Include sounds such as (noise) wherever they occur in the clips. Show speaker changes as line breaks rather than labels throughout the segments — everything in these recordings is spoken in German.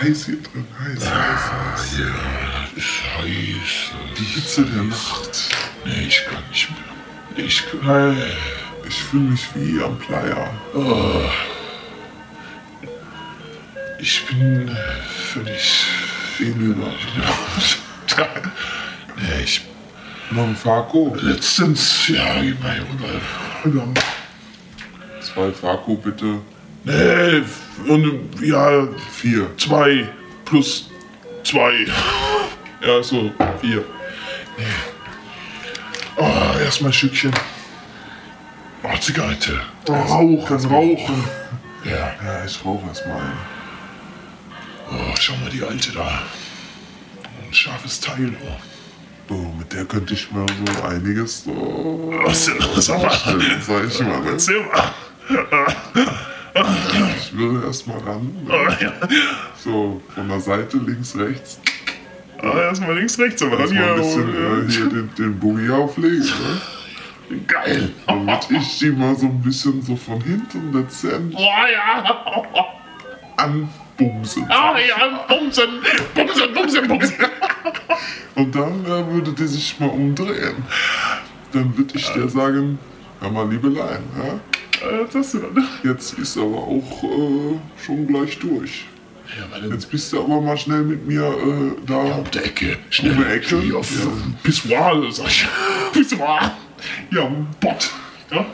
Heiß hier drin, heiß, heiß, heiß.
Ah, Ja, das ist heiß.
Die Hitze der Nacht.
Nee, ich kann nicht mehr. Ich kann.
Ich fühle mich wie am Playa.
Oh. Ich bin äh, völlig hinüber. (laughs) nee, ich.
Mom Farko,
Letztens, ja, geh mal hier rüber.
verdammt. Zwei Farko bitte.
Nee, und, ja,
Vier.
zwei plus zwei. (laughs)
Ja, so, vier.
Oh, erstmal ein Stückchen. Oh, Zigarette.
Oh, rauchen, rauchen.
Ja.
Ja, ich rauche erstmal ein.
Oh, schau mal die alte da. Ein scharfes Teil. Oh.
Oh, mit der könnte ich mir so einiges so.
(laughs) Was denn? Sag mal.
Sag ich mal, ne?
Erzähl mal.
Ich würde erstmal ran.
Oh, (laughs) ja.
So, von der Seite, links, rechts.
Aber erstmal Oh, links, rechts, aber dann
Erstmal
hier.
ein bisschen äh,
oben,
hier den, den Boogie auflegen, ne?
äh, Geil.
Damit ich die mal so ein bisschen so von hinten dezent
Oh ja.
anbumse.
Oh ja. Bumsen. Bumsen, bumsen, bumsen.
Und dann äh, würde die sich mal umdrehen. Dann würde ich dir sagen, hör mal, Liebelein, ja?
Äh, Was hast du dann?
jetzt ist aber auch äh, schon gleich durch.
Ja, weil dann
Jetzt bist du aber mal schnell mit mir äh, da.
um der Ecke. Schnell
Um die Ecke?
Geh Auf
Ja.
Pissoir, sag (laughs) ich. Pissoir.
Ja, Bot.
Ja.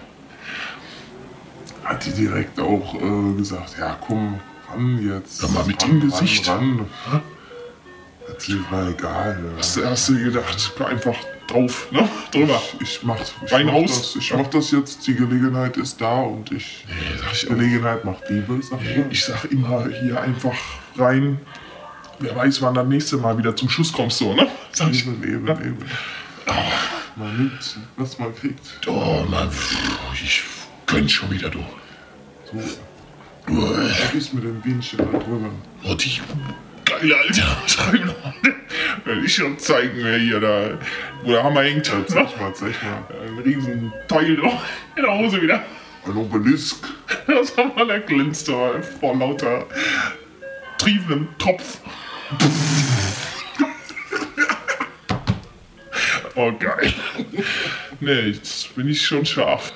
Hat die direkt auch äh, gesagt, ja komm, ran jetzt.
Dann mal mit
ran,
dem
ran,
Gesicht.
Ran. Das ist mal egal.
Hast
Ja.
du- Hast du gedacht, einfach drauf, ne? Drüber.
Ich, ich mach, ich
Bein
mach
raus.
das. Ich mach das jetzt. Die Gelegenheit ist da und ich.
Nee, sag ich auch.
Gelegenheit macht Liebe, sagt man.
Ich sag immer hier einfach rein. Wer weiß, wann das nächste Mal wieder zum Schuss kommst, so, ne? Sag ich.
Eben, eben, eben. Man nimmt, was man kriegt.
Oh Mann, pff, ich könnte schon wieder durch.
So. Was ist mit dem Bienchen da drüben?
Oh, die geile Alter. Wenn ich schon zeigen will hier da, wo der Hammer hängt. Ne?
Sag mal, sag mal.
Ein riesen Teil oh, in der Hose wieder.
Ein Obelisk.
Das war mal der Glinster vor lauter triebendem Tropf. Oh geil. Nee, jetzt bin ich schon scharf.